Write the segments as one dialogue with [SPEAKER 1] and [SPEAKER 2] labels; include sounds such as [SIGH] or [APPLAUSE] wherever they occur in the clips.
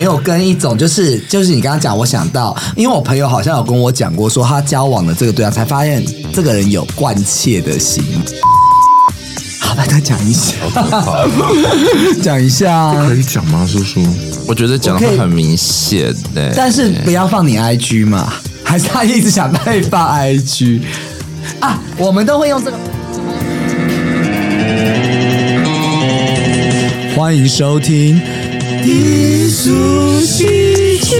[SPEAKER 1] 没有跟一种就是就是你刚刚讲，我想到，因为我朋友好像有跟我讲过，说他交往的这个对象才发现这个人有惯窃的心。好吧，再讲一下，讲一下，
[SPEAKER 2] 可以讲吗，叔叔？
[SPEAKER 3] 我觉得讲的很明显的、
[SPEAKER 1] 但是不要放你 IG 嘛，还是他一直想被放 IG 啊？我们都会用这个。欢迎收听低俗喜剧。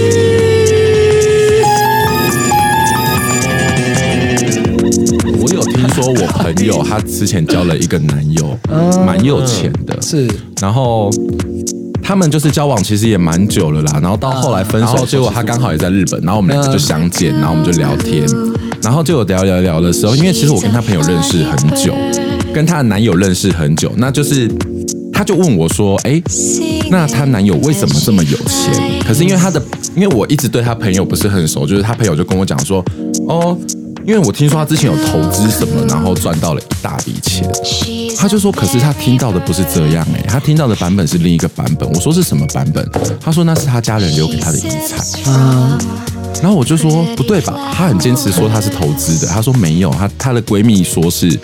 [SPEAKER 2] 我有听说我朋友她之前交了一个男友，蛮有钱的，
[SPEAKER 1] 是
[SPEAKER 2] 然后。他们就是交往，其实也蛮久了啦。然后到后来分
[SPEAKER 3] 然
[SPEAKER 2] 手，
[SPEAKER 3] 后
[SPEAKER 2] 结果他刚好也在日本，然后我们两个就相见，然后我们就聊天，然后就有聊聊聊的时候，因为其实我跟她朋友认识很久，跟她的男友认识很久，那就是她就问我说：“哎、那
[SPEAKER 4] 那
[SPEAKER 2] 她
[SPEAKER 4] 她
[SPEAKER 2] 男
[SPEAKER 4] 男
[SPEAKER 2] 友
[SPEAKER 4] 友
[SPEAKER 2] 为
[SPEAKER 4] 为
[SPEAKER 2] 什
[SPEAKER 4] 什
[SPEAKER 2] 么
[SPEAKER 4] 么
[SPEAKER 2] 这
[SPEAKER 4] 这
[SPEAKER 2] 么有
[SPEAKER 4] 么有
[SPEAKER 2] 钱
[SPEAKER 4] 钱？？
[SPEAKER 2] 可
[SPEAKER 4] 可
[SPEAKER 2] 是
[SPEAKER 4] 是
[SPEAKER 2] 因
[SPEAKER 4] 因
[SPEAKER 2] 为
[SPEAKER 4] 为
[SPEAKER 2] 她
[SPEAKER 4] 她
[SPEAKER 2] 的
[SPEAKER 4] 的，
[SPEAKER 2] 因为我一直对她朋友不是很熟，就是她朋友就跟我讲说，哦，因为我听说她之前有投资什么，然后赚到了一大笔钱。她
[SPEAKER 4] 她
[SPEAKER 2] 就
[SPEAKER 4] 就
[SPEAKER 2] 说，
[SPEAKER 4] 说，
[SPEAKER 2] 可
[SPEAKER 4] 可
[SPEAKER 2] 是
[SPEAKER 4] 是
[SPEAKER 2] 她
[SPEAKER 4] 她
[SPEAKER 2] 听
[SPEAKER 4] 听
[SPEAKER 2] 到
[SPEAKER 4] 到
[SPEAKER 2] 的
[SPEAKER 4] 的
[SPEAKER 2] 不
[SPEAKER 4] 不
[SPEAKER 2] 是
[SPEAKER 4] 是
[SPEAKER 2] 这样哎、欸，她听到的版本是另一个版本。我说是什么版本？她说那是她家人留给她的遗产。然后我就说不对吧，她很坚持说她是投资的，她说没有，她她的闺蜜说是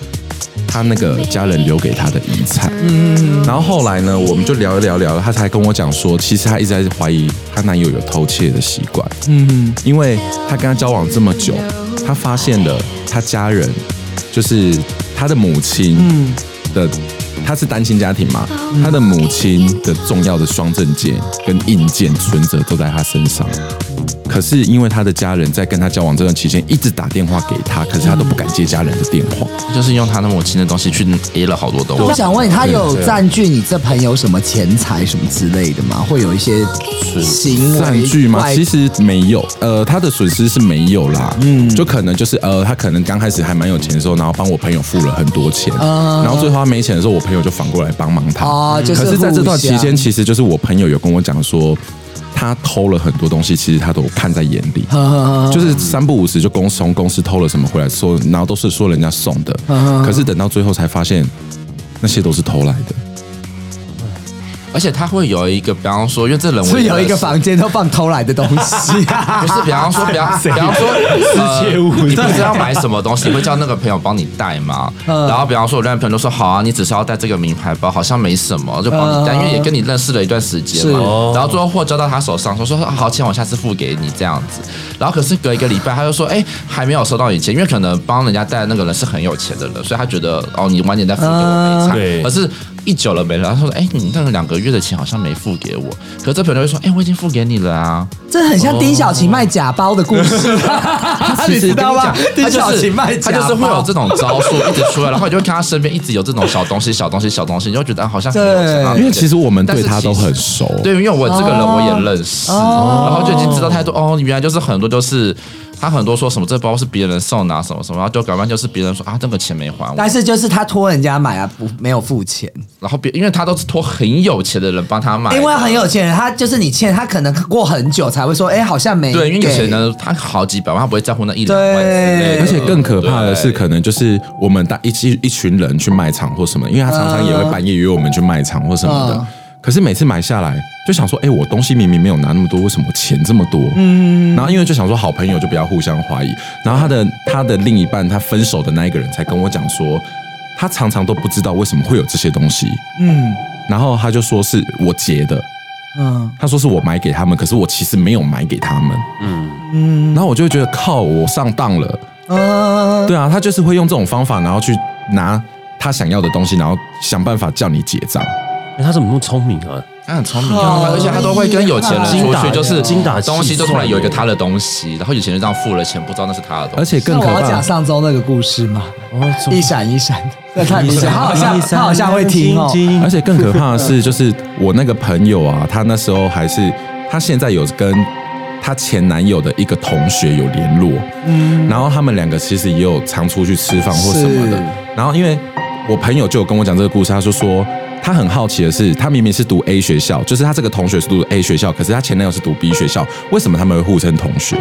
[SPEAKER 2] 她那个家人留给她的遗产。嗯，然后后来呢，我们就聊一聊聊，她才跟我讲说，其实她一直在怀疑她男友有偷窃的习惯。嗯，因为她跟他交往这么久，她发现了她家人就是她的母亲，嗯的。她是单亲家庭嘛，
[SPEAKER 1] 嗯
[SPEAKER 2] 她的母亲的重要的双证件跟硬件存折都在她身上。可是因为她的家人在跟她交往这段期间一直打电话给她，可是她都不敢接家人的电话。
[SPEAKER 3] 就是用他的母亲的东西去 A 了好多东
[SPEAKER 1] 我
[SPEAKER 3] 西。
[SPEAKER 1] 想问他有占据你这朋友什么钱财什么之类的吗？会有一些行为
[SPEAKER 2] 占据吗？
[SPEAKER 1] 怪
[SPEAKER 2] 其实没有，呃，他的损失是没有啦，嗯，就可能就是呃，他可能刚开始还蛮有钱的时候，然后帮我朋友付了很多钱，然后最后他没钱的时候，我朋友就反过来帮忙他。
[SPEAKER 1] 哦就是
[SPEAKER 2] 可是在这段期
[SPEAKER 1] 互
[SPEAKER 2] 间，
[SPEAKER 1] 相
[SPEAKER 2] 其实就是我朋友有跟我讲说，他偷了很多东西，其实他都看在眼里，就是三不五时就公从公司偷了什么回来说，然后都是说人家送的，可是等到最后才发现那些都是偷来的。
[SPEAKER 3] 而且他会有一个，比方说，因为这人我也
[SPEAKER 1] 是有一
[SPEAKER 3] 认
[SPEAKER 1] 个
[SPEAKER 3] 识
[SPEAKER 1] 房间都放偷来的东西、
[SPEAKER 3] 不是，比方说，比方比方说，呃，你不知道买什么东西，你会叫那个朋友帮你带吗？然后比方说，我那个朋友就说好啊，你只是要带这个名牌包，好像没什么，就帮你带，
[SPEAKER 1] 嗯
[SPEAKER 3] 因为也跟你认识了一段时间嘛
[SPEAKER 1] 是。
[SPEAKER 3] 然后最后货交到他手上，说说啊好，钱我下次付给你这样子。然后可是隔一个礼拜，他就说哎，还没有收到你钱，因为可能帮人家带的那个人是很有钱的人，所以他觉得哦，你晚点再付给我没差。
[SPEAKER 5] 对
[SPEAKER 3] 可是。一久了没了，他说：“哎、你那个两个月的钱好像没付给我。”可是这朋友就说：“哎、我已经付给你了啊。”
[SPEAKER 1] [LAUGHS] 这很像丁小琴卖假包的故事，啊 [LAUGHS] 你知道吗？
[SPEAKER 3] 他
[SPEAKER 1] 哦丁
[SPEAKER 3] 就
[SPEAKER 1] 小
[SPEAKER 3] 是
[SPEAKER 1] 琴卖假
[SPEAKER 3] 他
[SPEAKER 1] 包，
[SPEAKER 3] 就是会有这种招数一直出来，然后你就会看他身边一直有这种小东西、小东西、小东西，你就觉得啊好像很有钱啊
[SPEAKER 1] 对
[SPEAKER 2] 因为其实我们
[SPEAKER 3] 但
[SPEAKER 2] 对
[SPEAKER 3] 是
[SPEAKER 2] 他都
[SPEAKER 3] 其实
[SPEAKER 2] 很熟，
[SPEAKER 3] 对，因为我这个人我
[SPEAKER 1] 哦
[SPEAKER 3] 也认识，然后就已经知道太多哦，原来就是很多就是他很多说什么这包是别人送的、啊、什么什么，然后就搞完就是别人说啊这个钱没还我，
[SPEAKER 1] 但是就是他托人家买啊，不没有付钱，
[SPEAKER 3] 然后别因为他都是托很有钱的人帮他买的，
[SPEAKER 1] 因为很有钱人，他就是你欠他，可能过很久才会说，哎，好像没
[SPEAKER 3] 对，因为有
[SPEAKER 1] 给
[SPEAKER 3] 钱人他好几百万，他不会在乎那一两万之
[SPEAKER 1] 对
[SPEAKER 3] 类的，
[SPEAKER 2] 而且更可怕的是，可能就是我们大一一一群人去卖场或什么，因为他常常也会半夜约我们去卖场或什么的。
[SPEAKER 1] 嗯
[SPEAKER 2] 可是每次买下来就想说，哎、我东西明明没有拿那么多，为什么钱这么多？嗯，然后因为就想说好朋友就不要互相怀疑。然后他的他的另一半，他分手的那一个人才跟我讲说，他常常都不知道为什么会有这些东西。嗯，然后他就说是我结的，
[SPEAKER 1] 嗯，
[SPEAKER 2] 他说是我买给他们，可是我其实没有买给他们。嗯嗯，然后我就会觉得靠，我上当了。
[SPEAKER 1] 嗯，
[SPEAKER 2] 对啊，他就是会用这种方法，然后去拿他想要的东西，然后想办法叫你结账。
[SPEAKER 5] 哎他怎么那么聪明啊？
[SPEAKER 3] 他很聪明，
[SPEAKER 1] 好
[SPEAKER 3] 而且他都会跟有钱人
[SPEAKER 5] 精
[SPEAKER 3] 出
[SPEAKER 5] 打
[SPEAKER 3] 去，就是
[SPEAKER 5] 精打细
[SPEAKER 3] 东西就突然有一个
[SPEAKER 5] 算
[SPEAKER 3] 他的东西，然后有钱人这样付了钱，不知道那是他的东西。
[SPEAKER 2] 而且
[SPEAKER 1] 那
[SPEAKER 2] 更
[SPEAKER 1] 我
[SPEAKER 2] 可
[SPEAKER 1] 要
[SPEAKER 2] 怕
[SPEAKER 1] 讲，上周那个故事吗？
[SPEAKER 5] 哦，怎
[SPEAKER 1] [LAUGHS]
[SPEAKER 5] 么
[SPEAKER 1] 一闪一闪，那太明显，他好像他好像会听哦。
[SPEAKER 2] 而且更可怕的是，就是我那个朋友啊，她那时候还是她现在有跟她前男友的一个同学有联络，嗯，然后他们两个其实也有常出去吃饭或什么的
[SPEAKER 1] 是。
[SPEAKER 2] 然后因为我朋友就有跟我讲这个故事，他就说。他很好奇的是，他明明是读 A 学校，就是他这个同学是读 A 学校，可是他前男友是读 B 学校，为什么他们会互称同学？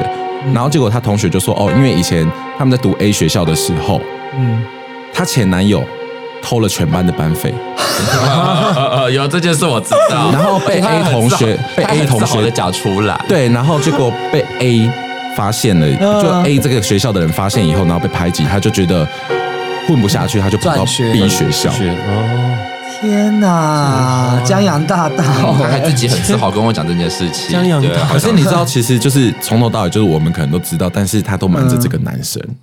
[SPEAKER 2] 然后结果他同学就说：“哦，因为以前他们在读 A 学校的时候，她前男友偷了全班的班费，
[SPEAKER 3] 呃有这件事我知 [LAUGHS] 道。
[SPEAKER 2] 然后被 A 同学被 A 同学
[SPEAKER 3] 的讲出来，
[SPEAKER 2] 对，然后结果被 A 发现
[SPEAKER 1] 嗯
[SPEAKER 2] 了，就 A 这个学校的人发现以后，然后被排挤，他就觉得混不下去，他就跑到
[SPEAKER 1] 转学
[SPEAKER 2] B 学校。
[SPEAKER 5] 是哦，
[SPEAKER 1] [LAUGHS] 天哪，江洋大盗、
[SPEAKER 3] 哦他还自己很自豪跟我讲这件事情。
[SPEAKER 5] 江洋
[SPEAKER 3] 对啊
[SPEAKER 5] 大
[SPEAKER 2] 可是你知道，其实就是从头到尾，就是我们可能都知道，但是他都瞒着这个男生。
[SPEAKER 1] 嗯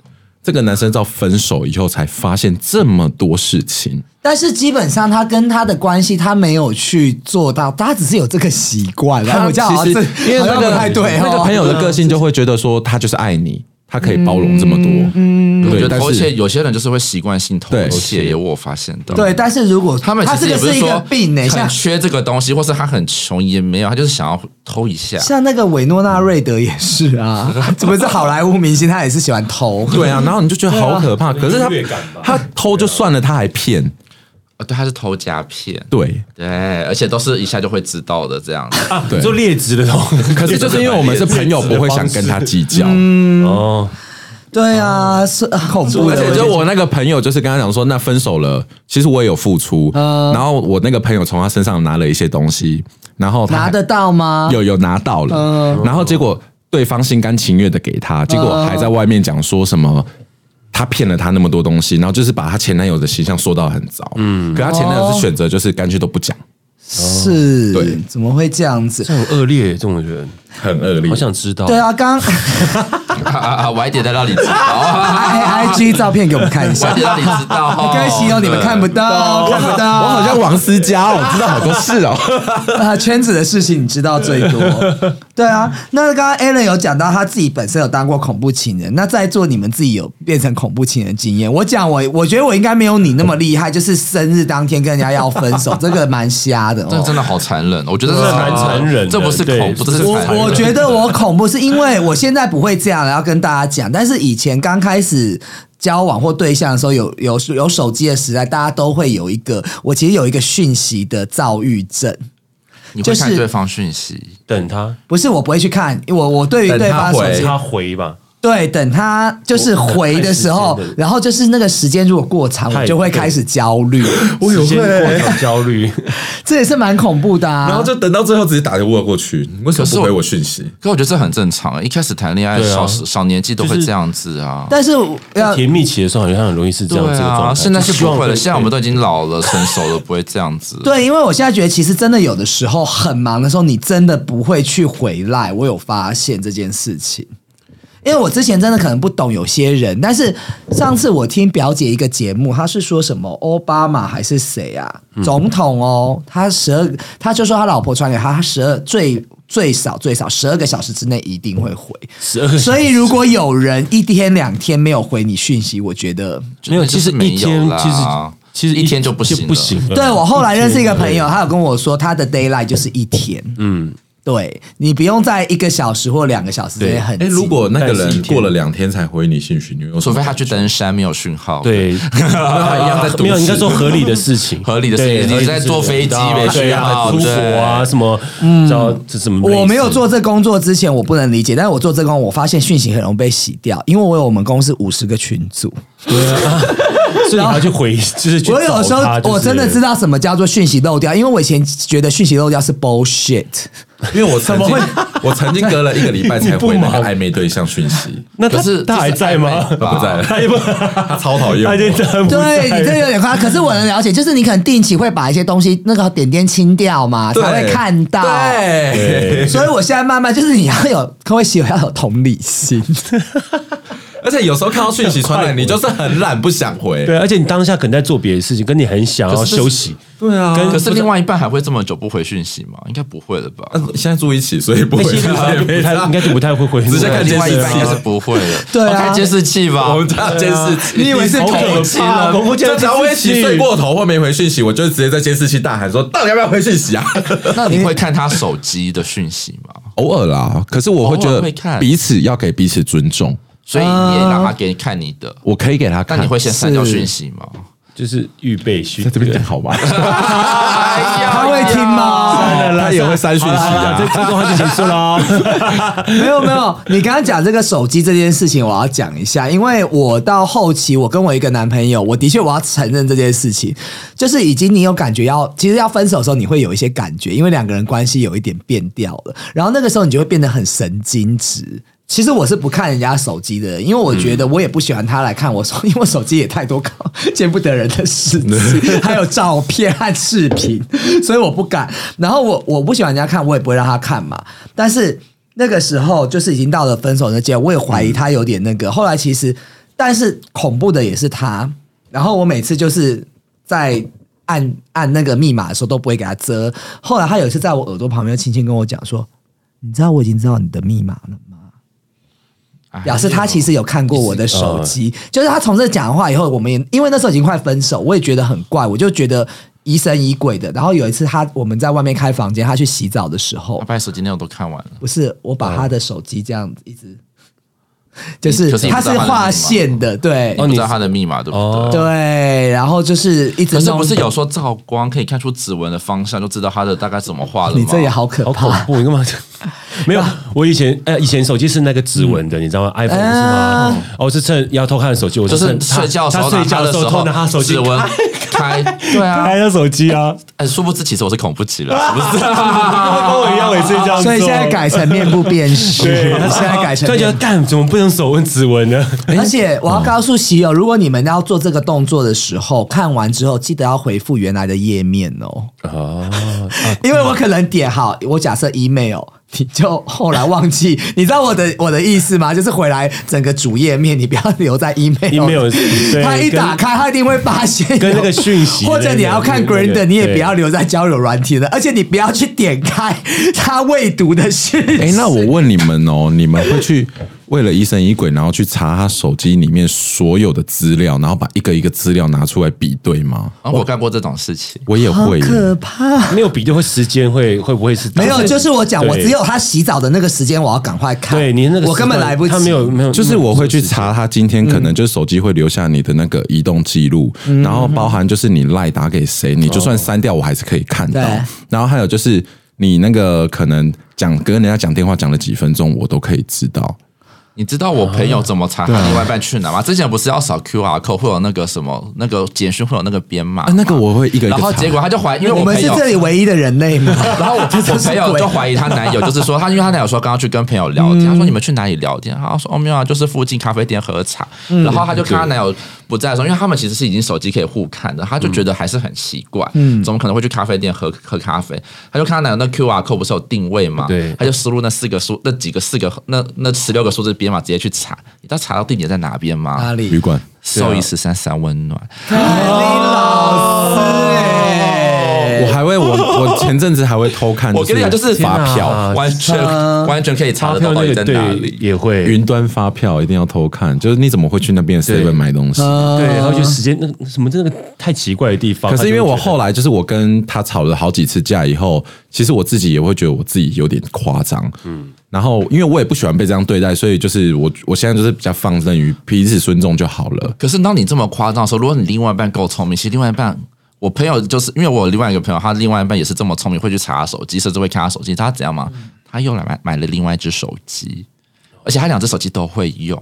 [SPEAKER 2] 这个男生到分手以后才发现这么多事情，
[SPEAKER 1] 但是基本上他跟他的关系，他没有去做到，他只是有这个习惯。然后我这样好
[SPEAKER 2] 其
[SPEAKER 1] 像
[SPEAKER 2] 实
[SPEAKER 1] 是
[SPEAKER 2] 因为
[SPEAKER 1] 好像
[SPEAKER 2] 那
[SPEAKER 1] 不
[SPEAKER 2] 个
[SPEAKER 1] 太对哦，
[SPEAKER 2] 那个朋友的个性就会觉得说他就是爱你，他可以包容这么多，
[SPEAKER 1] 嗯
[SPEAKER 3] 我
[SPEAKER 2] 对，
[SPEAKER 3] 觉
[SPEAKER 2] 但
[SPEAKER 3] 得偷窃，
[SPEAKER 2] 是
[SPEAKER 3] 有些人就是会习惯性偷
[SPEAKER 2] 对
[SPEAKER 3] 窃，也我发现到。
[SPEAKER 1] 对。但是如果
[SPEAKER 3] 他们
[SPEAKER 1] 他
[SPEAKER 3] 其
[SPEAKER 1] 这
[SPEAKER 3] 实
[SPEAKER 1] 个
[SPEAKER 3] 也不是
[SPEAKER 1] 是一个
[SPEAKER 3] 说
[SPEAKER 1] 病呢、
[SPEAKER 3] 很
[SPEAKER 1] 像
[SPEAKER 3] 缺这个东西，或是他很穷也没有，他就是想要偷一下。
[SPEAKER 1] 像那个韦诺纳瑞德也是啊，怎么是好莱坞明星，他也是喜欢偷。
[SPEAKER 2] 对啊，然后你就觉得好可怕。可是他
[SPEAKER 5] 优越感吧
[SPEAKER 2] 他偷就算了，他还骗，
[SPEAKER 3] 呃对，他是偷夹片，
[SPEAKER 2] 对，
[SPEAKER 3] 对，而且都是一下就会知道的这样子。
[SPEAKER 2] 对
[SPEAKER 5] 啊你说劣质的东西， [LAUGHS]
[SPEAKER 2] 可是就是因为我们是朋友，不会想跟他计较。嗯
[SPEAKER 5] 哦，
[SPEAKER 1] 对啊，是很恐怖
[SPEAKER 2] 而
[SPEAKER 1] 的。
[SPEAKER 2] 且就我那个朋友，就是跟他讲说，那分手了，其实我也有付出，然后我那个朋友从他身上拿了一些东西，然后他
[SPEAKER 1] 拿得到吗？
[SPEAKER 2] 有有拿到了，然后结果对方心甘情愿的给他，结果还在外面讲说什么。他骗了他那么多东西，然后就是把他前男友的形象说到很糟。嗯，可他前男友是选择就是干脆都不讲，
[SPEAKER 1] 是，
[SPEAKER 2] 对
[SPEAKER 1] 怎么会这样子？
[SPEAKER 5] 这很嗯恶劣，这种人，
[SPEAKER 2] 很恶劣
[SPEAKER 5] 好想知道。
[SPEAKER 1] 对，啊，刚
[SPEAKER 3] 啊啊啊！晚一点再让你知道，
[SPEAKER 1] I I G 照片给我们看一
[SPEAKER 2] [LAUGHS]
[SPEAKER 3] 晚
[SPEAKER 1] 下
[SPEAKER 3] 一点，让你知道。
[SPEAKER 1] 好开心哦， [LAUGHS] 你们看不到，看不
[SPEAKER 2] 哦我
[SPEAKER 1] 到，
[SPEAKER 2] 好像王思佳哦，我知道好多事哦。
[SPEAKER 1] [LAUGHS] 啊，圈子的事情你知道最
[SPEAKER 2] [LAUGHS]
[SPEAKER 1] 多。对啊，那刚刚 Alan 有讲到他自己本身有当过恐怖情人，那在座你们自己有变成恐怖情人经验？我讲我，我觉得我应该没有你那么厉害，就是生日当天跟人家要分
[SPEAKER 2] [LAUGHS]
[SPEAKER 1] 手，这个蛮瞎的
[SPEAKER 3] 这
[SPEAKER 1] 哦
[SPEAKER 3] 个。真的好残忍，我觉得这是
[SPEAKER 5] 对啊蛮残忍的
[SPEAKER 3] 这不是恐怖，这
[SPEAKER 5] 对
[SPEAKER 3] 是
[SPEAKER 5] 我
[SPEAKER 3] 残忍。
[SPEAKER 1] 我觉得我恐怖是因为我现在不会这样了，要跟大家讲。但是以前刚开始交往或对象的时候，有有有手机的时代，大家都会有一个，我其实有一个讯息的躁郁症。
[SPEAKER 3] 你
[SPEAKER 1] 就
[SPEAKER 3] 会
[SPEAKER 1] 是
[SPEAKER 3] 看对方讯息，
[SPEAKER 5] 等他，
[SPEAKER 1] 不是我不会去看，我我对于
[SPEAKER 2] 等他
[SPEAKER 1] 对方手
[SPEAKER 2] 回
[SPEAKER 3] 哎
[SPEAKER 1] 机
[SPEAKER 5] 等他回吧。
[SPEAKER 1] 对，等他就是回的时候
[SPEAKER 5] 我看时间的，
[SPEAKER 1] 然后就是那个时间如果过长，
[SPEAKER 5] 太
[SPEAKER 1] 我就会开始焦虑，
[SPEAKER 5] 我有会
[SPEAKER 1] [LAUGHS]
[SPEAKER 5] 焦虑，
[SPEAKER 1] 这也是蛮恐怖的啊。
[SPEAKER 2] 然后就等到最后，只是打个问过去，你为什么不回我讯息？
[SPEAKER 3] 可我觉得这很正常。一开始谈恋爱，
[SPEAKER 5] 对啊
[SPEAKER 3] 小时小年纪都会
[SPEAKER 5] 就是
[SPEAKER 3] 这样子啊。
[SPEAKER 1] 但是呃我要
[SPEAKER 5] 甜蜜期的时候好像很容易是这样
[SPEAKER 3] 对
[SPEAKER 5] 这个状
[SPEAKER 3] 啊，
[SPEAKER 5] 态。
[SPEAKER 3] 现在是
[SPEAKER 5] 希
[SPEAKER 3] 不
[SPEAKER 5] 望
[SPEAKER 3] 会
[SPEAKER 5] 可
[SPEAKER 3] 了，
[SPEAKER 5] 以
[SPEAKER 3] 现在我们都已经老了、成熟了，不会这样子。，
[SPEAKER 1] 对，因为我现在觉得其实真的有的时候很忙的时候，你真的不会去回来。我有发现这件事情。因为我之前真的可能不懂有些人，但是上次我听表姐一个节目，她是说什么
[SPEAKER 5] 嗯
[SPEAKER 1] 奥巴马还是谁啊，总统哦，他十二，他就说他老婆传给他，他十二最最少最少十二个小时之内一定会回。
[SPEAKER 5] 十二个小时
[SPEAKER 1] 所以如果有人一天两天没有回你讯息，我觉得
[SPEAKER 5] 没有，
[SPEAKER 3] 就
[SPEAKER 5] 其
[SPEAKER 3] 是
[SPEAKER 5] 实
[SPEAKER 3] 没
[SPEAKER 5] 一
[SPEAKER 3] 有
[SPEAKER 5] 天
[SPEAKER 3] 啦
[SPEAKER 5] 其实其实
[SPEAKER 3] 一天就不行了
[SPEAKER 5] 不行了。
[SPEAKER 1] 对我后来认识一个朋
[SPEAKER 5] 天
[SPEAKER 1] 友，他有跟我说，他的 d a y l i g h t 就是一天。嗯，对你不用在一个小时或两个小时之内很急
[SPEAKER 2] 哎，如果那个
[SPEAKER 5] 但是一
[SPEAKER 2] 人
[SPEAKER 5] 天
[SPEAKER 2] 过了两天才回你讯息，你有什
[SPEAKER 3] 除
[SPEAKER 2] 么
[SPEAKER 3] 非他去登山没有讯号，，
[SPEAKER 5] [LAUGHS]
[SPEAKER 3] [LAUGHS]
[SPEAKER 5] 对，
[SPEAKER 3] 他一样在读。
[SPEAKER 5] 没有，应该说合理的事情，
[SPEAKER 3] [LAUGHS] 合理的事情
[SPEAKER 5] 对
[SPEAKER 3] 你
[SPEAKER 5] 合理
[SPEAKER 3] 在
[SPEAKER 5] 的事
[SPEAKER 3] 坐
[SPEAKER 5] 情
[SPEAKER 3] 飞机没
[SPEAKER 5] 对
[SPEAKER 3] 需要
[SPEAKER 5] 啊出国啊，
[SPEAKER 3] 对
[SPEAKER 5] 什么，叫这什么？
[SPEAKER 1] 嗯我没有做这工作之前，我不能理解，但是我做这工，我发现讯息很容易被洗掉，因为我有我们公司五十个群组，
[SPEAKER 5] 所以你还去回，就是去
[SPEAKER 1] 我有时候
[SPEAKER 5] 找他就是
[SPEAKER 1] 我真的知道什么叫做讯息漏掉，因为我以前觉得讯息漏掉是 bullshit，
[SPEAKER 2] 因为我曾经 [LAUGHS] 我曾经隔了一个礼拜才回那个暧昧对象讯息，
[SPEAKER 5] 那他
[SPEAKER 3] 可是
[SPEAKER 5] 他还在吗？
[SPEAKER 3] 这是暧昧吧
[SPEAKER 2] 他不在了
[SPEAKER 5] 他也 [LAUGHS] 不，
[SPEAKER 2] 他超讨厌
[SPEAKER 5] 他已经
[SPEAKER 2] 我。
[SPEAKER 5] 真的不
[SPEAKER 1] 对
[SPEAKER 5] 在
[SPEAKER 1] 你这有点夸张，可是我能了解，就是你可能定期会把一些东西那个点点清掉嘛，
[SPEAKER 2] 对
[SPEAKER 1] 才会看到。
[SPEAKER 2] 对，
[SPEAKER 1] 所以我现在慢慢就是你要有， [LAUGHS] 可会喜欢要有同理心。
[SPEAKER 2] 而且有时候看到讯息传来，你就是很懒，不想回。
[SPEAKER 5] 对，而且你当下可能在做别的事情，跟你很想要
[SPEAKER 3] 可是
[SPEAKER 5] 休息，
[SPEAKER 2] 对啊
[SPEAKER 5] 跟哎
[SPEAKER 3] 可是另外一半还会这么久不回讯息吗？应该不会了吧？
[SPEAKER 2] 嗯现在住一起，所以不回
[SPEAKER 5] 而且应该就不太应
[SPEAKER 2] [LAUGHS]
[SPEAKER 5] 该就不太会回。
[SPEAKER 2] 直接看
[SPEAKER 3] 另
[SPEAKER 2] 监
[SPEAKER 3] 外
[SPEAKER 2] 视
[SPEAKER 3] 一半应该是
[SPEAKER 2] 器。
[SPEAKER 3] 不会的。
[SPEAKER 1] 对啊
[SPEAKER 3] 哦看监视器吧
[SPEAKER 2] 我。们家监视器，
[SPEAKER 1] [LAUGHS] 你以为是
[SPEAKER 5] 好
[SPEAKER 3] 哎
[SPEAKER 1] 同
[SPEAKER 5] 可怕哦，恐怖
[SPEAKER 2] 就
[SPEAKER 5] 就
[SPEAKER 2] 只要我一起睡过头或没回讯息，我就直接在监视器大喊说：“到底要不要回讯息啊
[SPEAKER 3] 那你会看他手机的讯息吗？？”
[SPEAKER 2] 偶尔啦，可是我会觉
[SPEAKER 3] 偶尔
[SPEAKER 2] 得
[SPEAKER 3] 会看
[SPEAKER 2] 彼此要给彼此尊重。
[SPEAKER 3] 所以你也让他给你看你的，
[SPEAKER 1] 啊
[SPEAKER 2] 我可以给他看，
[SPEAKER 3] 但你会先删掉讯息吗？
[SPEAKER 5] 就是预备训
[SPEAKER 2] 在这边
[SPEAKER 5] 练
[SPEAKER 2] 讲。好吧？
[SPEAKER 1] 他会听
[SPEAKER 2] 哎
[SPEAKER 1] 吗？
[SPEAKER 5] 算了啦
[SPEAKER 2] 他也会删讯息
[SPEAKER 5] 好啦
[SPEAKER 2] 啊
[SPEAKER 5] 这。这段话就结束了。
[SPEAKER 1] 没有没有，你刚刚讲这个手机这件事情，我要讲一下，因为我到后期，我跟我一个男朋友，我的确我要承认这件事情，就是已经你有感觉要，其实要分手的时候，你会有一些感觉，因为两个人关系有一点变掉了，然后那个时候你就会变得很神经质。其实我是不看人家手机的人，因为我觉得我也不喜欢他来看我手，因为我手机也太多看见不得人的事情，还有照片和视频，所以我不敢。然后我我不喜欢人家看，我也不会让他看嘛。但是那个时候就是已经到了分手的阶段，我也怀疑他有点那个。后来其实，但是恐怖的也是他。然后我每次就是在按按那个密码的时候都不会给他遮。后来他有一次在我耳朵旁边轻轻跟我讲说：“你知道我已经知道你的密码了吗？”
[SPEAKER 3] 哎
[SPEAKER 1] 表示他其实有看过我的手机，就是他从这讲话以后，我们也因为那时候已经快分手，我也觉得很怪，我就觉得疑神疑鬼的。然后有一次他我们在外面开房间，他去洗澡的时候
[SPEAKER 3] 我，把你手机内容都看完了。
[SPEAKER 1] 不是，我把他的手机这样子一直，就是
[SPEAKER 3] 嗯可是你
[SPEAKER 1] 他
[SPEAKER 3] 不知
[SPEAKER 1] 是
[SPEAKER 3] 道他的密
[SPEAKER 1] 划
[SPEAKER 3] 码
[SPEAKER 1] 线的，对
[SPEAKER 3] 哦你不知道他的密码对不
[SPEAKER 5] 哦
[SPEAKER 3] 对？
[SPEAKER 1] 对，然后就是一直
[SPEAKER 3] 可是不
[SPEAKER 1] 弄
[SPEAKER 3] 是有说照光可以看出指纹的方向，就知道他的大概怎么画了吗？
[SPEAKER 1] 你这也好可
[SPEAKER 5] 好
[SPEAKER 1] 怕，
[SPEAKER 5] 恐怖，你干嘛？没有，我以前呃，以前手机是那个指纹的，你知道吗？iPhone 是吗？哦，我是趁要偷看的手机，我
[SPEAKER 3] 就
[SPEAKER 5] 趁
[SPEAKER 3] 是
[SPEAKER 5] 他
[SPEAKER 3] 睡觉的时
[SPEAKER 5] 他
[SPEAKER 3] 候，
[SPEAKER 5] 睡觉
[SPEAKER 3] 的
[SPEAKER 5] 的时候偷拿他手机
[SPEAKER 3] 指纹开，对啊，
[SPEAKER 5] [LAUGHS] 开他手机啊，
[SPEAKER 3] 哎，殊不知其实我是恐怖起
[SPEAKER 1] [LAUGHS]
[SPEAKER 3] 了，是不是？
[SPEAKER 5] 跟我一样，我也是这样做。
[SPEAKER 1] 所以现在改成面部辨识，
[SPEAKER 5] 对，他
[SPEAKER 1] [LAUGHS] 现在改成
[SPEAKER 5] 突然觉
[SPEAKER 1] 面
[SPEAKER 5] 得干怎么不能手纹指纹呢？
[SPEAKER 1] 而且我要告诉喜友，如果你们要做这个动作的时候，看完之后记得要回复原来的页面哦。
[SPEAKER 5] 哦，
[SPEAKER 1] 因为我可能点好，我假设 email，你就后来忘记， [LAUGHS] 你知道我的我的意思吗？就是回来整个主页面，你不要留在 email。
[SPEAKER 5] email，
[SPEAKER 1] [LAUGHS]
[SPEAKER 5] 对
[SPEAKER 1] 他一
[SPEAKER 5] 跟
[SPEAKER 1] 打开，他一定会发现有
[SPEAKER 5] 跟那个讯息
[SPEAKER 1] 或者你要看
[SPEAKER 5] 那个
[SPEAKER 1] Grindr，
[SPEAKER 5] 对
[SPEAKER 1] 你也不要留在交友软体的，而且你不要去点开他未读的讯息。
[SPEAKER 2] [LAUGHS] 哎、那我问你们哦，你们会去为了疑神疑鬼，然后去查他手机里面所有的资料，然后把一个一个资料拿出来比对吗？
[SPEAKER 3] 啊我干过这种事情，
[SPEAKER 2] 我也
[SPEAKER 1] 好
[SPEAKER 2] 会耶，
[SPEAKER 1] 可怕。
[SPEAKER 5] [LAUGHS] 没有比对会时间会会不会是
[SPEAKER 1] 没有，就是我讲，
[SPEAKER 5] 对
[SPEAKER 1] 我只有他洗澡的那个时间，我要赶快看。
[SPEAKER 5] 对你那个
[SPEAKER 1] 我根本
[SPEAKER 5] 时段
[SPEAKER 1] 来不及。
[SPEAKER 5] 他没有没有，
[SPEAKER 2] 就是我会去查他今天可能就是手机会留下你的那个移动记录，然后包含就是你赖打给谁，你就算删掉我还是可以看到
[SPEAKER 1] 对。
[SPEAKER 2] 然后还有就是你那个可能讲跟人家讲电话讲了几分钟，我都可以知道。
[SPEAKER 3] 你知道我朋友怎么
[SPEAKER 2] 哦
[SPEAKER 3] 查他另外一半去哪吗？之前不是要扫 QR code 会有那个什么那个简讯会有那个编码
[SPEAKER 2] 啊，，那个我会一个一
[SPEAKER 3] 然后
[SPEAKER 2] 个查
[SPEAKER 3] 结。果他就怀，因为
[SPEAKER 1] 我
[SPEAKER 3] 我
[SPEAKER 1] 们
[SPEAKER 3] 朋
[SPEAKER 1] 是
[SPEAKER 3] 友
[SPEAKER 1] 这里唯一的人类吗？
[SPEAKER 3] [LAUGHS] 然后我我朋友就怀疑她男友，就是说她，因为她男友说刚刚去跟朋友聊天，她说你们去哪里聊天？她说哦没有啊，就是附近咖啡店喝茶。然后她就看她男友不在的时候，因为他们其实是已经手机可以互看的，她就觉得还是很奇怪，嗯，怎么可能会去咖啡店喝喝咖啡？她就看她男友那 QR code 不是有定位嘛，
[SPEAKER 5] 对
[SPEAKER 3] 她就输入那四个数那几个四个那那十六个数字编码直接去查，你知道查到地点在哪边吗啊
[SPEAKER 1] 哪？里？
[SPEAKER 2] 旅馆，
[SPEAKER 3] 寿衣十三三温暖，
[SPEAKER 1] 哎
[SPEAKER 2] 我还会我我前阵子还会偷看，
[SPEAKER 3] 我跟你讲就是
[SPEAKER 2] 发
[SPEAKER 5] 天
[SPEAKER 2] 票
[SPEAKER 5] 哪，
[SPEAKER 3] 完全完全可以查
[SPEAKER 5] 查
[SPEAKER 3] 得到
[SPEAKER 5] 票
[SPEAKER 3] 到
[SPEAKER 5] 那
[SPEAKER 3] 底
[SPEAKER 5] 个
[SPEAKER 3] 在
[SPEAKER 5] 对
[SPEAKER 3] 哪里。
[SPEAKER 5] 也会
[SPEAKER 2] 云端发票一定要偷看，就是你怎么会去那边 seven 买东西？
[SPEAKER 5] 对，然后就时间那个什么那个太奇怪的地方。
[SPEAKER 2] 呃可是因为我
[SPEAKER 5] 来。
[SPEAKER 2] 后来就是我跟他吵了好几次架以后，其实我自己也会觉得我自己有点夸张，嗯。然后因为我也不喜欢被这样对待，所以就是我我现在就是比较放任于彼此尊重就好了。
[SPEAKER 3] 可是当你这么夸张的时候，如果你另外一半够聪明，其实另外一半，我朋友就是因为我有另外一个朋友，他另外一半也是这么聪明，会去查他手机，甚至会看他手机。他怎样嘛？
[SPEAKER 1] 嗯
[SPEAKER 3] 他又来买买了另外一只手机，而且他两只手机都会用。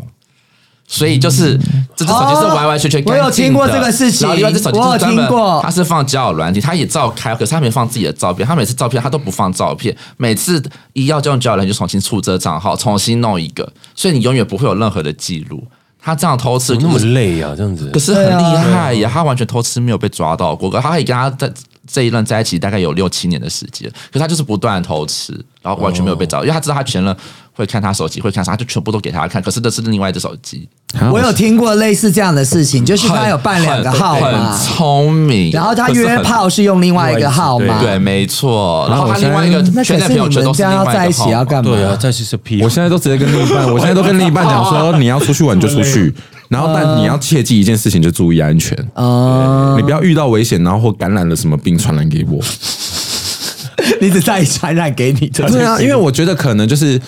[SPEAKER 3] 所以就是这只手机是完完全全
[SPEAKER 1] 嗯哦
[SPEAKER 3] 干净的、
[SPEAKER 1] 我有听过这个事情
[SPEAKER 3] 然后另外一只手机就是专
[SPEAKER 1] 我有听
[SPEAKER 3] 门
[SPEAKER 1] 过，
[SPEAKER 3] 他是放交友软体，他也照开，可是他没放自己的照片。他每次照片他都不放照片，每次一要就用交友软体就重新注册账号，重新弄一个，所以你永远不会有任何的记录。他这样偷
[SPEAKER 1] 哦
[SPEAKER 3] 吃，
[SPEAKER 5] 那么累啊，这样子
[SPEAKER 3] 可。是很厉
[SPEAKER 1] 啊
[SPEAKER 3] 害呀，他完全偷吃没有被抓到过，可他可以跟他在这一任在一起大概有六七年的时间，可他就是不断的偷吃，然后完全没有被找
[SPEAKER 1] 哦
[SPEAKER 3] 到，因为他知道他前任会看他手机，会看啥，他就全部都给他看，可是这是另外一只手机，
[SPEAKER 2] 啊
[SPEAKER 1] 我有听过类似这样的事情，就是他有办两个号
[SPEAKER 3] 很
[SPEAKER 1] 码
[SPEAKER 3] 很，聪明，
[SPEAKER 1] 然后他
[SPEAKER 3] 可是
[SPEAKER 1] 约
[SPEAKER 3] 很
[SPEAKER 1] 炮是用另外一个号码。
[SPEAKER 3] 对，没
[SPEAKER 1] 哦
[SPEAKER 3] 错，然后
[SPEAKER 2] 我
[SPEAKER 3] 他
[SPEAKER 2] 现
[SPEAKER 3] 另
[SPEAKER 2] 在
[SPEAKER 3] 外一个
[SPEAKER 1] 嗯那
[SPEAKER 3] 圈
[SPEAKER 1] 可是
[SPEAKER 3] 内朋友
[SPEAKER 1] 你
[SPEAKER 3] 圈都
[SPEAKER 1] 们
[SPEAKER 3] 是
[SPEAKER 1] 这
[SPEAKER 3] 另
[SPEAKER 1] 样要
[SPEAKER 3] 外
[SPEAKER 1] 在一
[SPEAKER 3] 个号
[SPEAKER 1] 起
[SPEAKER 3] 码
[SPEAKER 1] 要干嘛？
[SPEAKER 5] 对啊，再去是 P，
[SPEAKER 2] 我现在都直接跟另 [LAUGHS] 一半，我现在都跟另一半讲说，你要出去玩就出 [LAUGHS] 去，然后但你要切记一件事情，就注意安 [LAUGHS] 全，
[SPEAKER 1] 哦
[SPEAKER 2] 你不要遇到危险，然后或感染了什么病传染给我。
[SPEAKER 1] 你只在意传染给你的。
[SPEAKER 2] 对啊，因为我觉得可
[SPEAKER 1] [LAUGHS]
[SPEAKER 2] 能就是，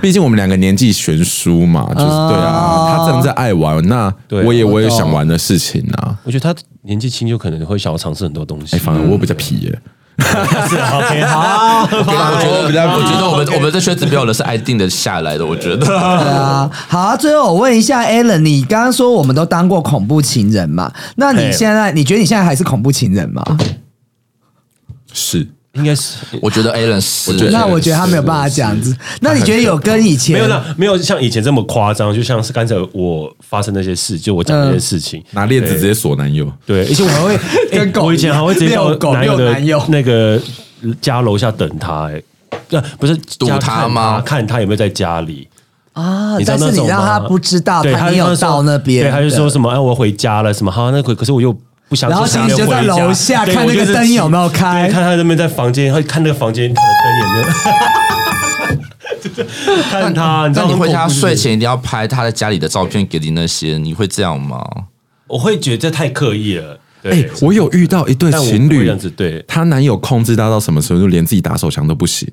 [SPEAKER 2] 毕竟我们两个年纪悬殊嘛，就是
[SPEAKER 1] 哦
[SPEAKER 2] 对啊，他正在爱玩，那
[SPEAKER 5] 对
[SPEAKER 2] 我也我也想玩的事情啊。
[SPEAKER 5] 我觉得他年纪轻就可能会想要尝试很多东西
[SPEAKER 2] 哎，。反而我比较皮耶，
[SPEAKER 5] 是 OK，好，
[SPEAKER 2] [LAUGHS]
[SPEAKER 3] 我觉得
[SPEAKER 2] 比较
[SPEAKER 3] 我觉得我们我们这圈子没有人是爱定的下来的，我觉得。
[SPEAKER 1] 对啊，好，最后我问一下 Alan，你刚刚说我们都当过恐怖情人嘛？那你
[SPEAKER 5] 嘿
[SPEAKER 1] 现在你觉得你现在还是恐怖情人吗？
[SPEAKER 2] 是
[SPEAKER 5] 应该是
[SPEAKER 3] 我觉得 Alan 是，
[SPEAKER 2] 我觉得
[SPEAKER 1] 那我觉得他没有办法这样子。那你觉得有跟以前
[SPEAKER 5] 没有那没有像以前这么夸张，就像是刚才我发生那些事，就我讲那些事情，
[SPEAKER 2] 拿链子直接锁男友，
[SPEAKER 5] 对，而且我还 [LAUGHS] 会
[SPEAKER 1] 嗯 [LAUGHS] 跟哎
[SPEAKER 5] 欸
[SPEAKER 1] 狗
[SPEAKER 5] 我以前还会直接
[SPEAKER 1] [LAUGHS] 遛狗
[SPEAKER 5] 到男友
[SPEAKER 1] 遛
[SPEAKER 5] 的
[SPEAKER 1] 男友
[SPEAKER 5] 那个家楼下等他、欸，那、不是
[SPEAKER 3] 堵
[SPEAKER 5] 家
[SPEAKER 3] 他
[SPEAKER 5] 看
[SPEAKER 3] 吗
[SPEAKER 5] 看他有没有在家里。
[SPEAKER 1] 啊
[SPEAKER 5] 你？知道
[SPEAKER 1] 但是
[SPEAKER 5] 那
[SPEAKER 1] 你
[SPEAKER 5] 种
[SPEAKER 1] 让
[SPEAKER 5] 吗
[SPEAKER 1] 他不知道
[SPEAKER 5] 对，
[SPEAKER 1] 他
[SPEAKER 5] 他
[SPEAKER 1] 没有
[SPEAKER 5] 那时候
[SPEAKER 1] 到那边，
[SPEAKER 5] 对，他就说什么哎，我回家了什么，好，那可可是我又。不想
[SPEAKER 1] 然后
[SPEAKER 5] 走下
[SPEAKER 1] 其实就
[SPEAKER 5] 楼
[SPEAKER 1] 在
[SPEAKER 5] 回家
[SPEAKER 1] 楼下
[SPEAKER 5] 对
[SPEAKER 1] 看那个
[SPEAKER 5] 我就是
[SPEAKER 1] 灯有没有开
[SPEAKER 5] 对看他那边在房间，会看那个房间看的灯有没 [LAUGHS] 有，就是看他，你知
[SPEAKER 3] 那
[SPEAKER 5] 道
[SPEAKER 3] 你
[SPEAKER 5] 很
[SPEAKER 3] 回家
[SPEAKER 5] 恐怖
[SPEAKER 3] 睡，前一定要拍他在家里的照片给你那些，你会这样
[SPEAKER 5] [LAUGHS]
[SPEAKER 3] 吗？
[SPEAKER 5] 我会觉得这太刻意了。
[SPEAKER 2] 哎
[SPEAKER 5] 对，，
[SPEAKER 2] 我有遇到一对
[SPEAKER 5] 但我
[SPEAKER 2] 情
[SPEAKER 5] 不会
[SPEAKER 2] 侣
[SPEAKER 5] 这样子，对
[SPEAKER 2] 她男友控制她到什么程度，连自己打手枪都不行。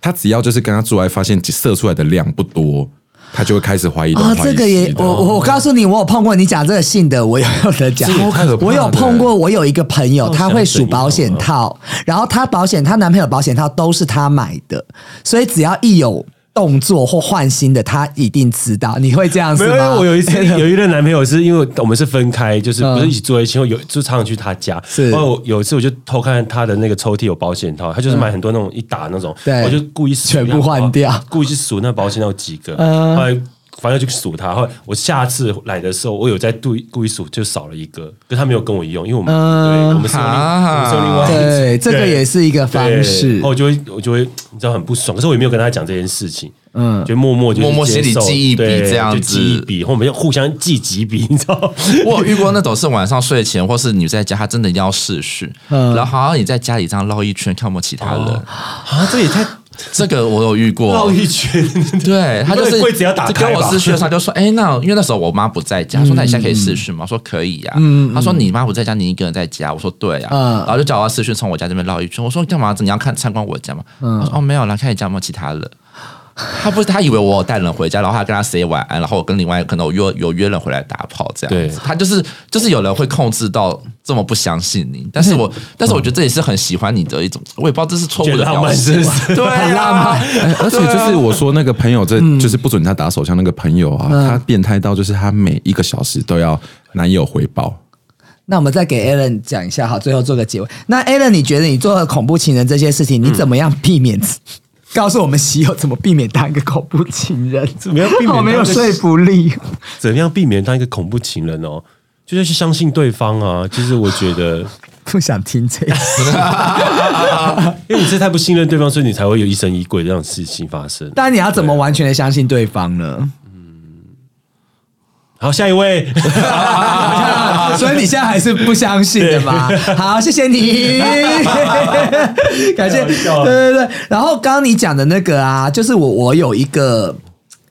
[SPEAKER 2] 她只要就是跟她做爱，发现射出来的量不多，她就会开始怀疑东
[SPEAKER 1] 啊，
[SPEAKER 2] 怀
[SPEAKER 1] 这
[SPEAKER 2] 疑
[SPEAKER 1] 个也
[SPEAKER 2] 西，的
[SPEAKER 1] 我我我告诉你，我有碰过你讲这个性的，我有的讲，
[SPEAKER 2] 超可怕的
[SPEAKER 1] 我有碰过，我有一个朋友，
[SPEAKER 5] 哦
[SPEAKER 1] 他会数保险套，然后她保险，她男朋友保险套都是她买的，所以只要一有动作或换新的，她一定知道。你会这样
[SPEAKER 5] 没
[SPEAKER 1] 子
[SPEAKER 5] 有，因为
[SPEAKER 1] 吗？哎
[SPEAKER 5] 我有一次有一任男朋友是因为我们是分开，就是
[SPEAKER 1] 嗯
[SPEAKER 5] 不是一起住在一起，有就常常去他家。
[SPEAKER 1] 是
[SPEAKER 5] 然后我有一次我就偷看他的那个抽屉有保险套，他就是买很多那种一打那种，
[SPEAKER 1] 对
[SPEAKER 5] 我就故意数
[SPEAKER 1] 全部换掉
[SPEAKER 5] 故意去数那保险套有几个，
[SPEAKER 1] 嗯
[SPEAKER 5] 后来。反正就数他，后来我下次来的时候，我有在故意故意数，就少了一个，可他没有跟我一用，因为我们、对我们是用另、
[SPEAKER 3] 啊
[SPEAKER 5] 我们是用另外一
[SPEAKER 1] 嗯对，这个
[SPEAKER 5] 对
[SPEAKER 1] 也是一个方
[SPEAKER 5] 对
[SPEAKER 1] 式
[SPEAKER 5] 然后。我就会我就会你知道很不爽，可是我也没有跟他讲这件事情，
[SPEAKER 1] 嗯
[SPEAKER 5] 嗯，就默默就
[SPEAKER 3] 默默心里记一笔这样子
[SPEAKER 5] 记一笔，或我们就互相记几笔，你知道？
[SPEAKER 3] 我有遇过那种是晚上睡前，或是你在家，他真的一定要试训，
[SPEAKER 1] 嗯
[SPEAKER 3] 然后好像你在家里这样绕一圈，看有没有其他人。
[SPEAKER 5] 啊， [LAUGHS] 这也太
[SPEAKER 3] 这个我有遇过，
[SPEAKER 5] 绕一圈， [LAUGHS]
[SPEAKER 3] 对他就是
[SPEAKER 5] 你柜子要打开
[SPEAKER 3] 就跟我
[SPEAKER 5] 吧
[SPEAKER 3] 私讯的时候就说，哎、那因为那时候我妈不在家，说那你现在可以私讯
[SPEAKER 5] 嗯
[SPEAKER 3] 吗？我说可以呀、啊他说你妈不在家，你一个人在家。我说对呀、
[SPEAKER 1] 嗯
[SPEAKER 3] 然后就叫我私讯从我家这边绕一圈。我说干嘛？你要看参观我家吗？他说哦没有
[SPEAKER 5] 嗯
[SPEAKER 3] 啦，看你家有没有其他人。他不是他以为我有带人回家，然后他跟他 say 晚安，然后我跟另外可能我约有约人回来打炮这样子
[SPEAKER 5] 对。
[SPEAKER 3] 他就是就是有人会控制到这么不相信你，但是我但是我觉得这也是很喜欢你的一种，我也不知道这是错误
[SPEAKER 5] 嗯觉
[SPEAKER 3] 的
[SPEAKER 5] 得浪
[SPEAKER 3] 表
[SPEAKER 5] 漫
[SPEAKER 3] 示
[SPEAKER 5] 是不，是
[SPEAKER 3] 对、啊，浪漫。
[SPEAKER 2] 哎而且就是
[SPEAKER 1] 啊
[SPEAKER 2] 我说那个朋友，这
[SPEAKER 1] 嗯
[SPEAKER 2] 就是不准他打手枪那个朋友啊，他变态到就是他每一个小时都要男友回报。
[SPEAKER 1] 那我们再给 Alan 讲一下，好，最后做个结尾。那 Alan，你觉得你做了恐怖情人这些事情，你怎么样避免？ [LAUGHS] 告诉我们喜友怎么避免当一个恐怖情人？
[SPEAKER 5] 怎么样避免
[SPEAKER 1] [LAUGHS] 好没有
[SPEAKER 5] 当一个
[SPEAKER 1] 说服
[SPEAKER 5] [LAUGHS]
[SPEAKER 1] 力。
[SPEAKER 5] [LAUGHS] 怎么样避免当一个恐怖情人哦？就是去相信对方啊！其实我觉得，
[SPEAKER 1] 不想听这个。
[SPEAKER 5] 因为你是太不信任对方，所以你才会有疑神疑鬼这样的事情发生。
[SPEAKER 1] 但你要怎么完全的相信对方呢？
[SPEAKER 5] 好，下一位，
[SPEAKER 3] 啊
[SPEAKER 1] [LAUGHS] 所以你现在还是不相信的嘛？好，谢谢
[SPEAKER 3] [LAUGHS]
[SPEAKER 1] 你，感谢。
[SPEAKER 5] 太好
[SPEAKER 1] 对
[SPEAKER 5] 笑了
[SPEAKER 1] 对对，然后刚刚你讲的那个啊，就是我我有一个。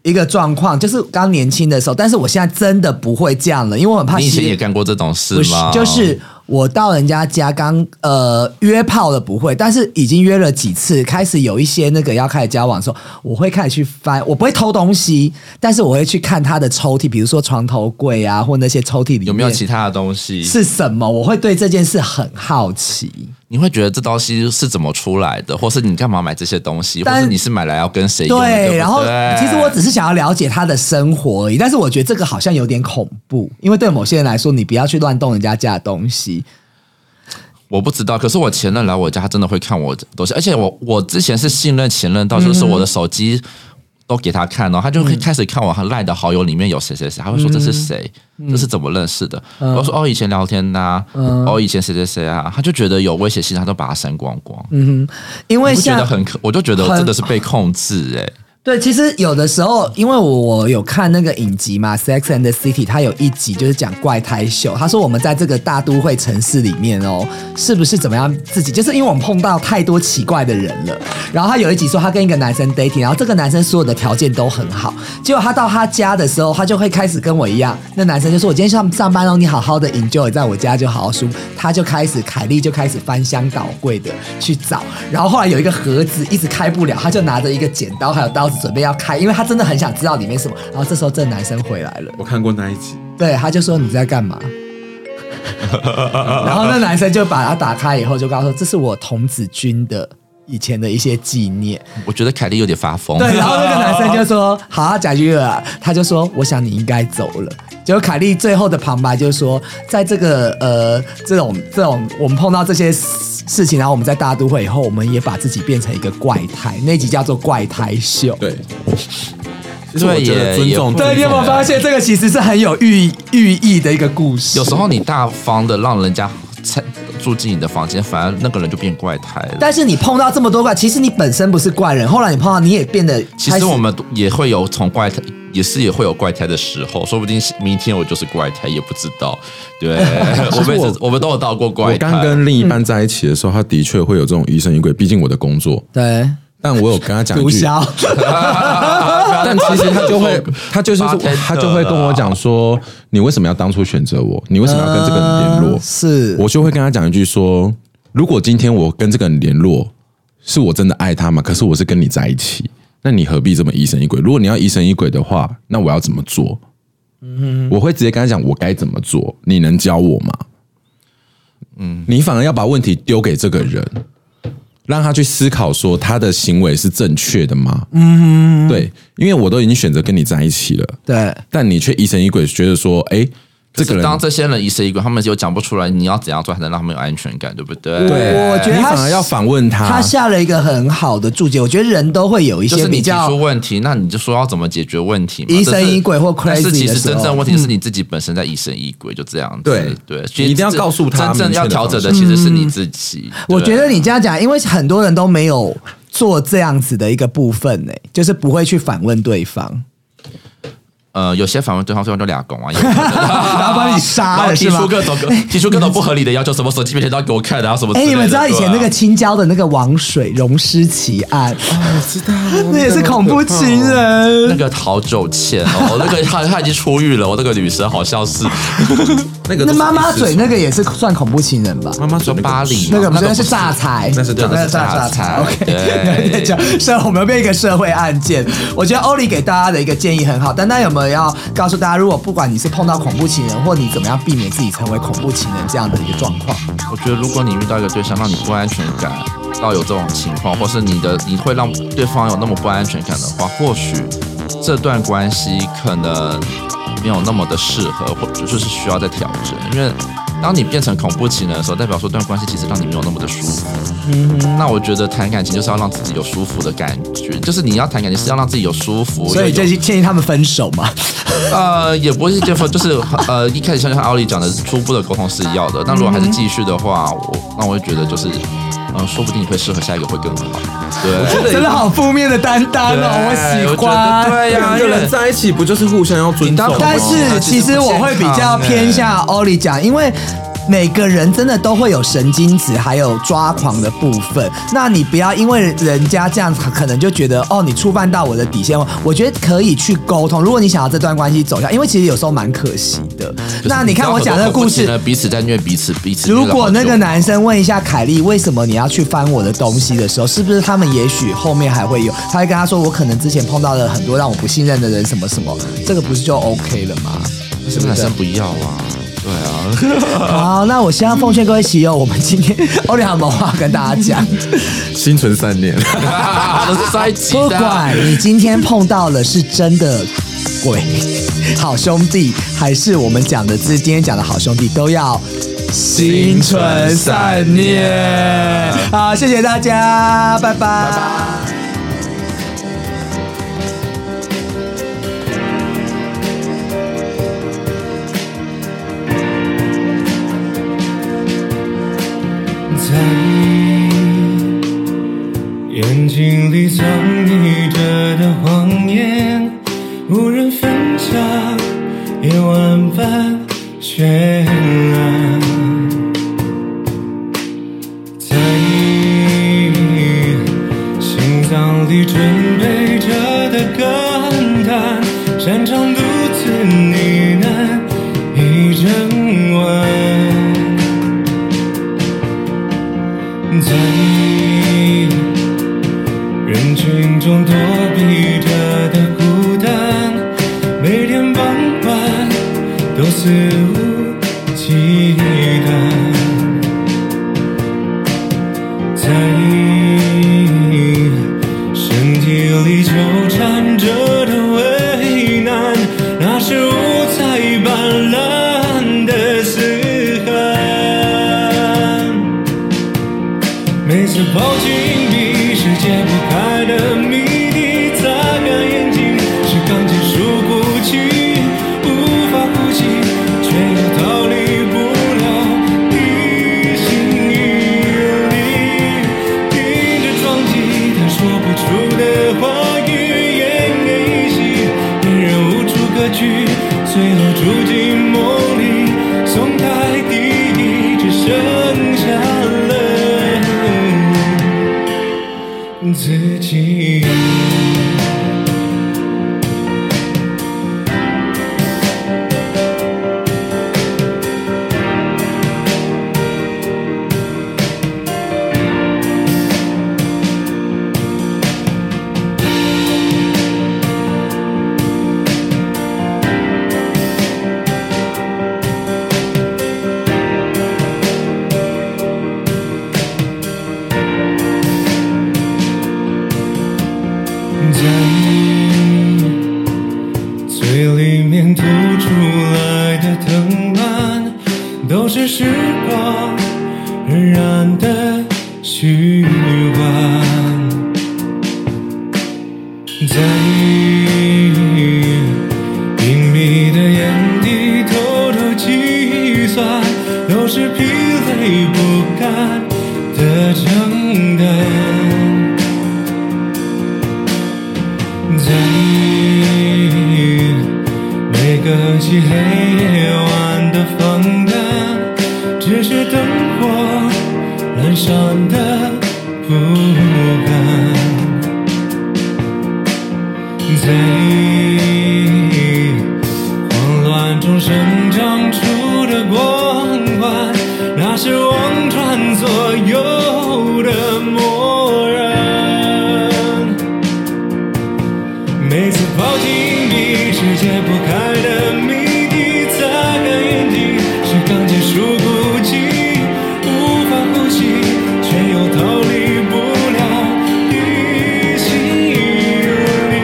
[SPEAKER 1] 一个状况就是刚年轻的时候，但是我现在真的不会这样了，因为我很怕
[SPEAKER 3] 你以前
[SPEAKER 1] 吸
[SPEAKER 3] 也干过这种事
[SPEAKER 1] 不是
[SPEAKER 3] 吗？
[SPEAKER 1] 就是我到人家家刚呃约炮的不会，但是已经约了几次，开始有一些那个要开始交往的时候，我会开始去翻，我不会偷东西，但是我会去看他的抽屉，比如说床头柜啊，或那些抽屉里面
[SPEAKER 3] 有没有其他的东西？
[SPEAKER 1] 是什么，我会对这件事很好奇。
[SPEAKER 3] 你会觉得这东西是怎么出来的，或是你干嘛买这些东西，
[SPEAKER 1] 但
[SPEAKER 3] 或是你是买来要跟谁用的？对不
[SPEAKER 1] 对，
[SPEAKER 3] 对，
[SPEAKER 1] 然后其实我只是想要了解他的生活而已，但是我觉得这个好像有点恐怖，因为对某些人来说，你不要去乱动人家家的东西。
[SPEAKER 3] 我不知道，可是我前任来我家，他真的会看我的东西，而且我我之前是信任前任到就是我的
[SPEAKER 1] 嗯
[SPEAKER 3] 手机。都给他看哦，他就会开始看我和赖的好友里面有谁谁谁，他
[SPEAKER 1] 嗯
[SPEAKER 3] 会说这是谁，这是怎么认识的？我说哦，以前聊天呐、
[SPEAKER 1] 嗯
[SPEAKER 3] 哦，以前谁谁谁啊，他就觉得有威胁性，他都把它删光光。
[SPEAKER 1] 因为
[SPEAKER 3] 我就觉
[SPEAKER 1] 像
[SPEAKER 3] 得很可，我就觉得
[SPEAKER 1] 很
[SPEAKER 3] 真的是被控制哎、
[SPEAKER 1] 对，其实有的时候，因为我有看那个影集嘛，《Sex and the City》，它有一集就是讲怪胎秀。他说我们在这个大都会城市里面哦，是不是怎么样自己？就是因为我们碰到太多奇怪的人了。然后他有一集说他跟一个男生 dating，然后这个男生所有的条件都很好，结果他到他家的时候，他就会开始跟我一样，那男生就说：“我今天上上班哦，你好好的 enjoy，在我家就好好舒服。”他就开始凯莉就开始翻箱倒柜的去找，然后后来有一个盒子一直开不了，他就拿着一个剪刀还有刀子准备要开，因为他真的很想知道里面什么。然后这时候这男生回来了，
[SPEAKER 2] 我看过那一集，
[SPEAKER 1] 对，他就说你在干嘛？然后那男生就把它打开以后，就告诉他说这是我童子军的以前的一些纪念。
[SPEAKER 3] 我觉得凯莉有点发 [LAUGHS] 疯。
[SPEAKER 1] 对，然后那个男生就说：“好啊，贾菊儿啊。”他就说：“我想你应该走了。”结果凯莉最后的旁白就是说，在这个呃这种这种我们碰到这些事事情，然后我们在大都会以后，我们也把自己变成一个怪胎，那集叫做《怪胎秀》。
[SPEAKER 2] 对，其实我觉得
[SPEAKER 3] 也
[SPEAKER 2] 尊
[SPEAKER 3] 也
[SPEAKER 2] 重，
[SPEAKER 1] 对，你有没有发现这个其实是很有寓寓意的一个故事？
[SPEAKER 3] 有时候你大方的让人家参住进你的房间，反而那个人就变怪胎了。
[SPEAKER 1] 但是你碰到这么多怪，其实你本身不是怪人，后来你碰到你也变得
[SPEAKER 3] 其
[SPEAKER 1] 开
[SPEAKER 3] 实
[SPEAKER 1] 始
[SPEAKER 3] 我们都也会有从怪胎，也是也会有怪胎的时候，说不定是明天我就是怪胎，也不知道。
[SPEAKER 2] [LAUGHS]
[SPEAKER 3] 对，我们也是我们都有到过怪
[SPEAKER 2] 我
[SPEAKER 3] 胎。
[SPEAKER 2] 刚跟另一半在一起的时候，他的确会有这种疑神疑鬼，毕竟我的工作。
[SPEAKER 1] 对
[SPEAKER 2] 但我有跟他讲一
[SPEAKER 1] 毒
[SPEAKER 2] 句，
[SPEAKER 1] 枭。
[SPEAKER 2] [LAUGHS] 但其实他
[SPEAKER 1] [LAUGHS]
[SPEAKER 2] 就会，他就是
[SPEAKER 3] Bartender
[SPEAKER 2] 他就会跟我讲说，你为什么要当初选择我？你为什么要跟这个人联 [LAUGHS] 络？
[SPEAKER 1] 呃是
[SPEAKER 2] 我就会跟他讲一句说，如果今天我跟这个人联络，是我真的爱他吗？可是我是跟你在一起，那你何必这么疑神疑鬼？如果你要疑神疑鬼的话，那我要怎么做？我会直接跟他讲我该怎么做，你能教我吗？嗯，你反而要把问题丢给这个人，让他去思考说他的行为是正确的吗？嗯，对，因为我都已经选择跟你在一起了，
[SPEAKER 1] 对。
[SPEAKER 2] 但你却疑神疑鬼，觉得说，哎、这个
[SPEAKER 3] 可是
[SPEAKER 2] 人
[SPEAKER 3] 当这些人疑神疑鬼，他们又讲不出来，你要怎样做才能让他们有安全感，对不对？
[SPEAKER 2] 对，
[SPEAKER 1] 我觉得
[SPEAKER 2] 你
[SPEAKER 1] 他
[SPEAKER 2] 反而要反问他，
[SPEAKER 1] 他下了一个很好的注解，我觉得人都会有一
[SPEAKER 3] 啊就
[SPEAKER 1] 些
[SPEAKER 3] 是
[SPEAKER 1] 比
[SPEAKER 3] 你提
[SPEAKER 1] 较
[SPEAKER 3] 出问题，那你就说要怎么解决问题嘛。
[SPEAKER 1] 疑神
[SPEAKER 3] 这是
[SPEAKER 1] 疑鬼或
[SPEAKER 3] 但是
[SPEAKER 1] crazy
[SPEAKER 3] 其实
[SPEAKER 1] 的时候嗯
[SPEAKER 3] 真正问题是你自己本身在疑神疑鬼，就这样子。
[SPEAKER 2] 对
[SPEAKER 3] 对，所以
[SPEAKER 2] 你一定要
[SPEAKER 3] 这
[SPEAKER 2] 告诉他
[SPEAKER 3] 真
[SPEAKER 2] 明
[SPEAKER 3] 正
[SPEAKER 2] 确的
[SPEAKER 3] 要调整的其实是你自己。对
[SPEAKER 1] 嗯我觉得你这样讲，因为很多人都没有做这样子的一个部分呢、就是不会去反问对方，
[SPEAKER 3] 呃，有些反问对方，对方就俩
[SPEAKER 1] [LAUGHS]
[SPEAKER 3] 拱啊，也有
[SPEAKER 1] 然后把你
[SPEAKER 3] 然
[SPEAKER 1] 杀
[SPEAKER 3] 后
[SPEAKER 1] 了
[SPEAKER 3] 提
[SPEAKER 1] 是吗
[SPEAKER 3] 出？各种提出各种不合理的要求，什么手机每天都要给我看，然后什么之
[SPEAKER 1] 哎、
[SPEAKER 3] 类的。
[SPEAKER 1] 你们知道以前那个
[SPEAKER 3] 对啊
[SPEAKER 1] 青椒的那个王水溶尸奇案，
[SPEAKER 2] 哦我知
[SPEAKER 1] [LAUGHS]
[SPEAKER 2] 道，
[SPEAKER 1] 那也是恐怖情
[SPEAKER 3] 那
[SPEAKER 1] 人。
[SPEAKER 3] 个好久前哦，那个她她已经出狱了，我那个女生好像是
[SPEAKER 2] 那个
[SPEAKER 1] 那妈妈嘴那个也是算恐怖情人吧？
[SPEAKER 2] 妈妈
[SPEAKER 3] 说
[SPEAKER 2] 嘴
[SPEAKER 3] 巴黎嘛
[SPEAKER 1] 那个不是，
[SPEAKER 3] 不
[SPEAKER 1] 那是榨菜，
[SPEAKER 2] 那是榨菜
[SPEAKER 1] 那是榨菜。
[SPEAKER 3] 榨菜
[SPEAKER 1] OK，
[SPEAKER 3] 对
[SPEAKER 1] 在讲，所以我们变一个社会案件。我觉得欧里给大家的一个建议很好，丹丹有没有要告诉大家，如果不管你是碰到恐怖情人，或你怎么样避免自己成为恐怖情人这样的一个状况，
[SPEAKER 3] 我觉得如果你遇到一个对象让你不安全感，到有这种情况，或是你的你会让对方有那么不安全感的话，或许这段关系可能没有那么的适合，或就是需要再调整。因为当你变成恐怖情人的时候，代表说这段关系其实让你没有那么的舒服。
[SPEAKER 1] 嗯
[SPEAKER 3] 那我觉得谈感情就是要让自己有舒服的感觉，就是你要谈感情是要让自己有舒服，
[SPEAKER 1] 所以
[SPEAKER 3] 有
[SPEAKER 1] 就建议他们分手嘛。
[SPEAKER 3] 呃，也不是结婚，就是呃，一开始像像奥利讲的，初步的沟通是要的。但如果还是继续的话，我那我会觉得就是，嗯、说不定你会适合下一个会更好。对，
[SPEAKER 1] 真的好负面的丹丹
[SPEAKER 3] 对
[SPEAKER 1] 哦，我喜
[SPEAKER 3] 我觉得
[SPEAKER 1] 欢。
[SPEAKER 3] 对呀、
[SPEAKER 2] 两个
[SPEAKER 3] 因为
[SPEAKER 2] 人在一起不就是互相要尊
[SPEAKER 3] 你当
[SPEAKER 2] 重吗？
[SPEAKER 1] 但是其实我会比较偏向欧里讲，因为。每个人真的都会有神经质，还有抓狂的部分。那你不要因为人家这样，可能就觉得哦，你触犯到我的底线。我觉得可以去沟通。如果你想要这段关系走下，因为其实有时候蛮可惜的。那你看我讲这个故事，
[SPEAKER 3] 呢，彼此在虐彼此，彼此虐
[SPEAKER 1] 如
[SPEAKER 3] 了
[SPEAKER 1] 果那
[SPEAKER 3] 好
[SPEAKER 1] 个
[SPEAKER 3] 久
[SPEAKER 1] 男生问一下凯莉，为什么你要去翻我的东西的时候，是不是他们也许后面还会有？他会跟他说，我可能之前碰到了很多让我不信任的人，什么什么，这个不是就 OK 了吗？
[SPEAKER 3] 是不是男生不要啊？对啊。
[SPEAKER 1] [LAUGHS]
[SPEAKER 3] [LAUGHS]
[SPEAKER 1] 好，那我希望奉劝各位喜友，我们今天 [LAUGHS] 欧里还有没有话跟大家讲？
[SPEAKER 2] 心存善念，
[SPEAKER 3] 都是在一起
[SPEAKER 1] 不
[SPEAKER 3] 的啊，
[SPEAKER 1] 管你今天碰到了是真的鬼、 [LAUGHS] 好兄弟，还是我们讲的之今天讲的好兄弟，都要心存善念。好，谢谢大家，拜拜
[SPEAKER 4] 在眼睛里藏匿着的谎
[SPEAKER 6] 谎言无人分享，夜晚般绚烂。在心脏里准备着的歌单，擅长独自呢喃一整晚。在人群中躲避着的孤单，每天傍晚都肆无忌惮。在身体里纠缠着的为难，那是五彩斑斓的嘶喊。每次抛进笔是解不开的谜底，擦干眼睛是刚结束哭泣，无法呼吸，却又逃离不了一心一意，盯着撞击他说不出的话语，奄奄一息，别人无处可去，最后住进梦里，松开第一，只剩下了自己。在最里面吐出来的藤蔓，都是时光荏苒的虚幻。在隐秘的眼底偷偷计算，都是疲累不堪的承担。在每个漆黑夜晚的房间，只是灯火阑珊的不甘。在慌乱中生长出的光环，那是望穿所有的漠然。每次抛进笔是解不开的谜底，擦干眼睛是刚结束哭泣，无法呼吸，却又逃离不了一心一意，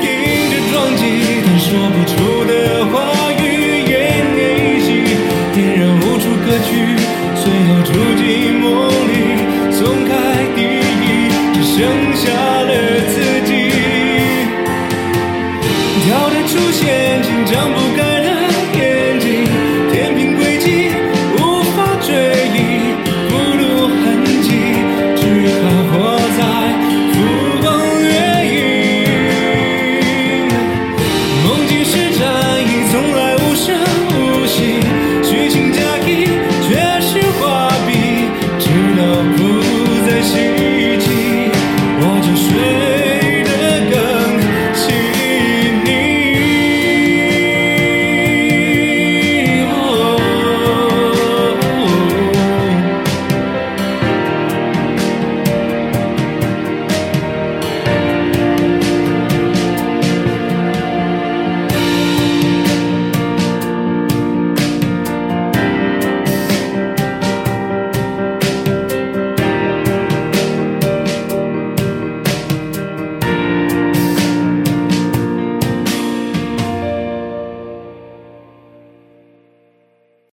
[SPEAKER 6] 听着撞击但说不出的话语，奄奄一息，点燃无处可去，最后住进梦里，松开第一，只剩下了自己。跳的出现，紧张不堪。哦